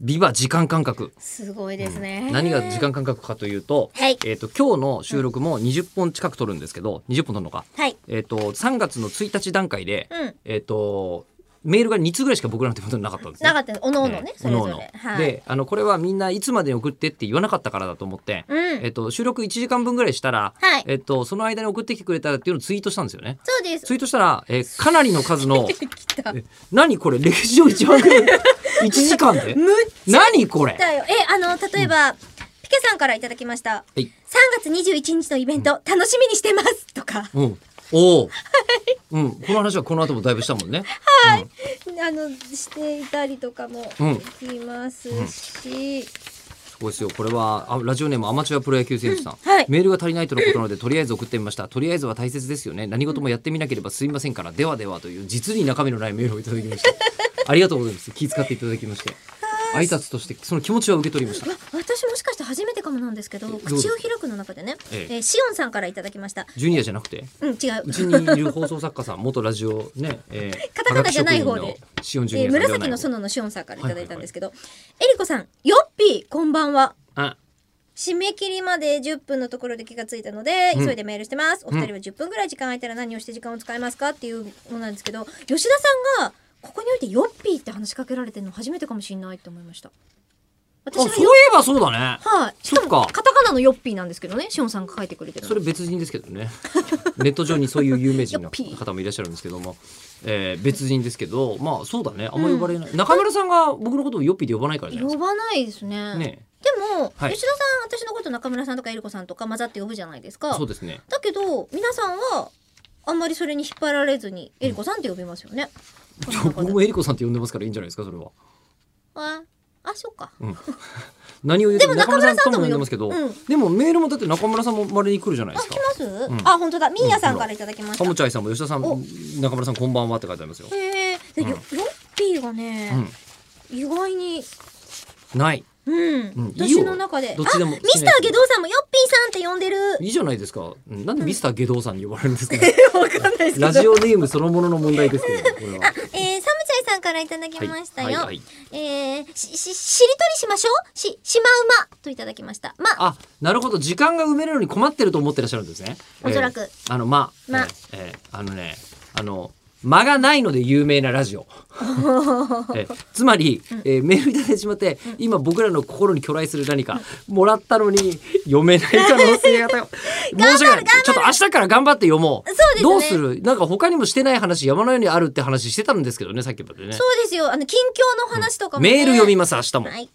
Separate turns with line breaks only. ビバ時間感覚。
すごいですね、
何が時間感覚かというと、
はい
えっ、と、今日の収録も20本近く撮るんですけど、20本撮るのか。
はい
えっ、と、3月の1日段階で、
うん
えっ、と、メールが2通ぐらいしか僕らの手元になかったんですね
なかったですおのおのね、
ええ
それぞ
お
れ
のおの
はい
であのこれはみんないつまでに送ってって言わなかったからだと思って、
うん
えっと、収録1時間分ぐらいしたら、
はい
えっと、その間に送ってきてくれたらっていうのをツイートしたんですよね。
そうです
ツイートしたら、えーかなりの数の
来たむっ
何これ歴史上一番ぐらい1時間で
ちゃ
何これ
来たよえあの例えば、ピケさんからいただきました
はい
3月21日のイベント、楽しみにしてます とか
うん、おお、うん、この話はこの後もだいぶしたもんね。はい、
あのしていたりとかも
うん
できますし、
すごいですよ。これはあラジオネームアマチュアプロ野球選手さん、
うんはい
メールが足りないとのことなのでとりあえず送ってみました。とりあえずは大切ですよね。何事もやってみなければすいませんから、ではではという実に中身のないメールをいただきました。 ありがとうございます。気遣っていただきまして。挨拶としてその気持ちは受け取りました。
私もしかして初めてかもなんですけど
どうです
口を開くの中でね、
ええ
えーシオンさんからいただきました
ジュニアじゃなくて、
うん違う
うちにいる放送作家さん、元ラジオね、えー、
カタカナじゃない方で
科学職員のシオンジュニア
えー
さんではない
紫の園のシオンさんからいただいたんですけど、えりこさんよっぴーこんばんは
あ、
締め切りまで10分のところで気がついたので、
うん
急いでメールしてますお二人は10分ぐらい時間空いたら何をして時間を使いますかっていうのなんですけど吉田さんがここにおいてよっぴーって話しかけられてるの初めてかもしれないって思いました
あそ
私
うい
はよ
えばそうだね。
はい、し
そ
かも
っか
カタカナのよっぴーなんですけどねシオンさんが書いてくれてるの
それ別人ですけどねネット上にそういう有名 人の
よっぴー
方もいらっしゃるんですけども、えー別人ですけどまあそうだねあんま呼ばれない、中村さんが僕のことをヨッピーで呼ばないからじゃないで
呼
す
ばないですね
かね
でも、
はい
吉田さん私のこと中村さんとかえりこさんとか混ざって呼ぶじゃないですか
そうですね
だけど皆さんはあんまりそれに引っ張られずにえりこさんって呼びますよね。この中
僕
で
もえりこさんって呼んでますからいいんじゃないですかそれは
ああそうか。
何を言うても
でも
中村さんとも
中村さんとも
呼んでますけど、
うん
でもメールもだって中村さんもまれに来るじゃない
あ
で
来
すか
ます？
ん
あ本当だ。みーやさんからいただきまし
ハ
た。
ムチャイさんも吉田さん
お
中村さんこんばんはって書いてありますよ、
へえ。でよ
うん
よっぴーがね、
う
意外に
ん、ない
うん、
うんいいよ
私の中で
どっちでも
あミスターゲドウさんもよっぴーさんって呼んでる。
いいじゃないですか、うんなんでミス ターゲドウさんに呼ばれるんですか、ね、
えわかんないですけど。
ラジオネームそのものの問題ですけどこれは
あ、えー、サムチャイさんからいただきましたよ。
はいはいはい
えー、し、し、しりとりしましょうし、しまうまといただきました。ま、
あ、なるほど。時間が埋めるのに困ってると思ってらっしゃるんですね。
おそらく
えーあの、ま、
ま
えーえーあのね、あの、間がないので有名なラジオ。え ーつまり、えーメールいただいてしまって、今僕らの心に巨来する何か、もらったのに読めない可能性が 高い。申し訳ない。ちょっと明日から頑張って読もう。
そうですね
どうするなんか他にもしてない話山のようにあるって話してたんですけどね、さっきまでね。
そうですよ。あの、近況の話とかも、ね
メール読みます、明日も。
はい。